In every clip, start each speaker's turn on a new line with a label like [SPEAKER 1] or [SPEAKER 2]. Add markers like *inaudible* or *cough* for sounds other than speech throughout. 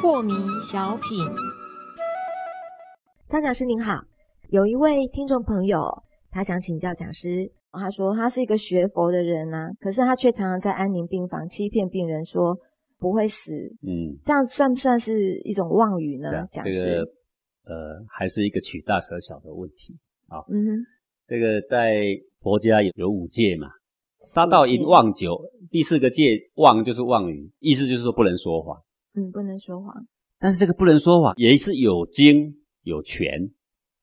[SPEAKER 1] 破迷小品，张讲师您好，有一位听众朋友，他想请教讲师，他说他是一个学佛的人啊，可是他却常常在安宁病房欺骗病人说不会死，
[SPEAKER 2] 嗯，
[SPEAKER 1] 这样算不算是一种妄语呢
[SPEAKER 2] 对啊？
[SPEAKER 1] 讲
[SPEAKER 2] 这
[SPEAKER 1] 师
[SPEAKER 2] 个，呃，还是一个取大舍小的问题。
[SPEAKER 1] 嗯哼，
[SPEAKER 2] 这个在佛家有有五戒嘛，杀盗淫妄酒，第四个戒妄就是妄语，意思就是说不能说谎。
[SPEAKER 1] 嗯，不能说谎，
[SPEAKER 2] 但是这个不能说谎也是有经有权，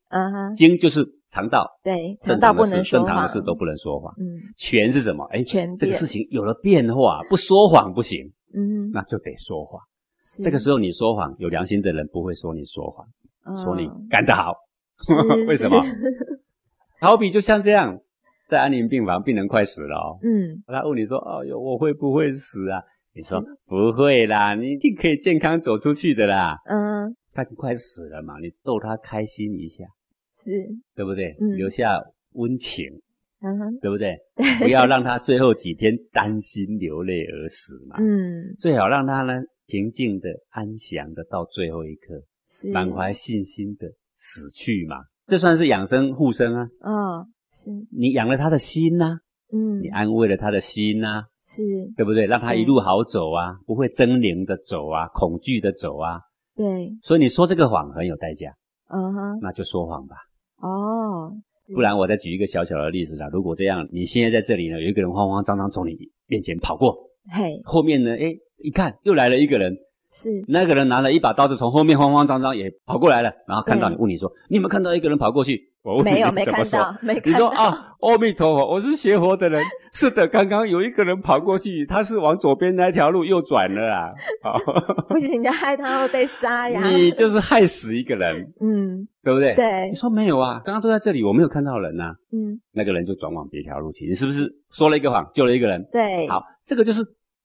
[SPEAKER 1] 嗯哼，
[SPEAKER 2] 经就是常道，
[SPEAKER 1] 对，肠
[SPEAKER 2] 正
[SPEAKER 1] 道
[SPEAKER 2] 常的
[SPEAKER 1] 不
[SPEAKER 2] 事
[SPEAKER 1] 能说
[SPEAKER 2] 正
[SPEAKER 1] 谎，
[SPEAKER 2] 常的事都不能说谎。
[SPEAKER 1] 嗯
[SPEAKER 2] 权是什么？哎，
[SPEAKER 1] 权
[SPEAKER 2] 这个
[SPEAKER 1] 变
[SPEAKER 2] 事情有了变化，不说谎不行，
[SPEAKER 1] 嗯哼，
[SPEAKER 2] 那就得说谎。
[SPEAKER 1] 是
[SPEAKER 2] 这个时候你说谎，有良心的人不会说你说谎，说你
[SPEAKER 1] 嗯
[SPEAKER 2] 干得好。
[SPEAKER 1] 是
[SPEAKER 2] *laughs*
[SPEAKER 1] *laughs*
[SPEAKER 2] 为什么
[SPEAKER 1] 嗯是
[SPEAKER 2] 好比就像这样，在安宁病房，病人快死了哦，
[SPEAKER 1] 嗯，
[SPEAKER 2] 他问你说：“哦哟，我会不会死啊？”你说：“不会啦，你一定可以健康走出去的啦。
[SPEAKER 1] 嗯，”
[SPEAKER 2] 他已经快死了嘛，你逗他开心一下，
[SPEAKER 1] 是，
[SPEAKER 2] 对不对？
[SPEAKER 1] 嗯
[SPEAKER 2] 留下温情，
[SPEAKER 1] 嗯哼，
[SPEAKER 2] 对
[SPEAKER 1] *laughs*
[SPEAKER 2] 不对？不要让他最后几天担心流泪而死嘛，
[SPEAKER 1] 嗯，
[SPEAKER 2] 最好让他呢平静的、安详的到最后一刻，
[SPEAKER 1] 是
[SPEAKER 2] 满怀信心的死去嘛。这算是养生护生啊，
[SPEAKER 1] 哦，是，
[SPEAKER 2] 你养了他的心啊呐、
[SPEAKER 1] 嗯
[SPEAKER 2] 你，安慰了他的心呐、
[SPEAKER 1] 是，
[SPEAKER 2] 对不对？让他一
[SPEAKER 1] 嗯
[SPEAKER 2] 路好走啊，不会狰狞的走啊，恐惧的走啊。
[SPEAKER 1] 对，
[SPEAKER 2] 所以你说这个谎很有代价，
[SPEAKER 1] 嗯哼，
[SPEAKER 2] 那就说谎吧。
[SPEAKER 1] 哦，嗯
[SPEAKER 2] 不然我再举一个小小的例子啦。如果这样，你现在在这里呢，有一个人慌慌张张从你面前跑过，
[SPEAKER 1] 嘿，
[SPEAKER 2] 后面呢，哎，一看又来了一个人，
[SPEAKER 1] 是，
[SPEAKER 2] 那个人拿了一把刀子从后面慌慌张张也跑过来了，然后看到你，
[SPEAKER 1] 对
[SPEAKER 2] 问你说，你有没有看到一个人跑过去？ *laughs* 我问你
[SPEAKER 1] 嗯没有，没
[SPEAKER 2] 怎
[SPEAKER 1] 看
[SPEAKER 2] 么说
[SPEAKER 1] 到， *laughs* 没
[SPEAKER 2] 你
[SPEAKER 1] 看
[SPEAKER 2] 说
[SPEAKER 1] 到，
[SPEAKER 2] 啊，阿弥陀佛，我是学佛的人。是的，刚刚有一个人跑过去，他是往左边那条路右转了啊。好，
[SPEAKER 1] 不行，你害他会被杀哎呀，
[SPEAKER 2] 你就是害死一个人，
[SPEAKER 1] 嗯，
[SPEAKER 2] 对不对？。
[SPEAKER 1] 对
[SPEAKER 2] 你，说没有啊？刚刚都在这里，我没有看到人呐、
[SPEAKER 1] 嗯，
[SPEAKER 2] 那个人就转往别条路去，你是不是说了一个谎，救了一个人？
[SPEAKER 1] 对，
[SPEAKER 2] 好，这个就是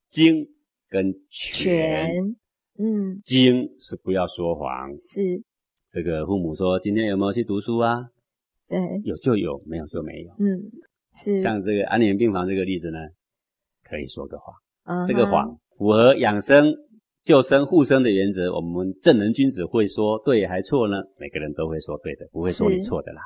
[SPEAKER 2] 经跟权。
[SPEAKER 1] 全，嗯，
[SPEAKER 2] 经是不要说谎。
[SPEAKER 1] 是，
[SPEAKER 2] 这个父母说今天有没有去读书啊？
[SPEAKER 1] 对，
[SPEAKER 2] 有就有，没有就没有。
[SPEAKER 1] 嗯，是，
[SPEAKER 2] 像这个安宁病房这个例子呢，可以说个谎。
[SPEAKER 1] 嗯
[SPEAKER 2] 这个
[SPEAKER 1] 哼
[SPEAKER 2] 谎符合养生、救生、护生的原则。我们正人君子会说对还错呢，每个人都会说对的，不会说你
[SPEAKER 1] 是
[SPEAKER 2] 错的啦。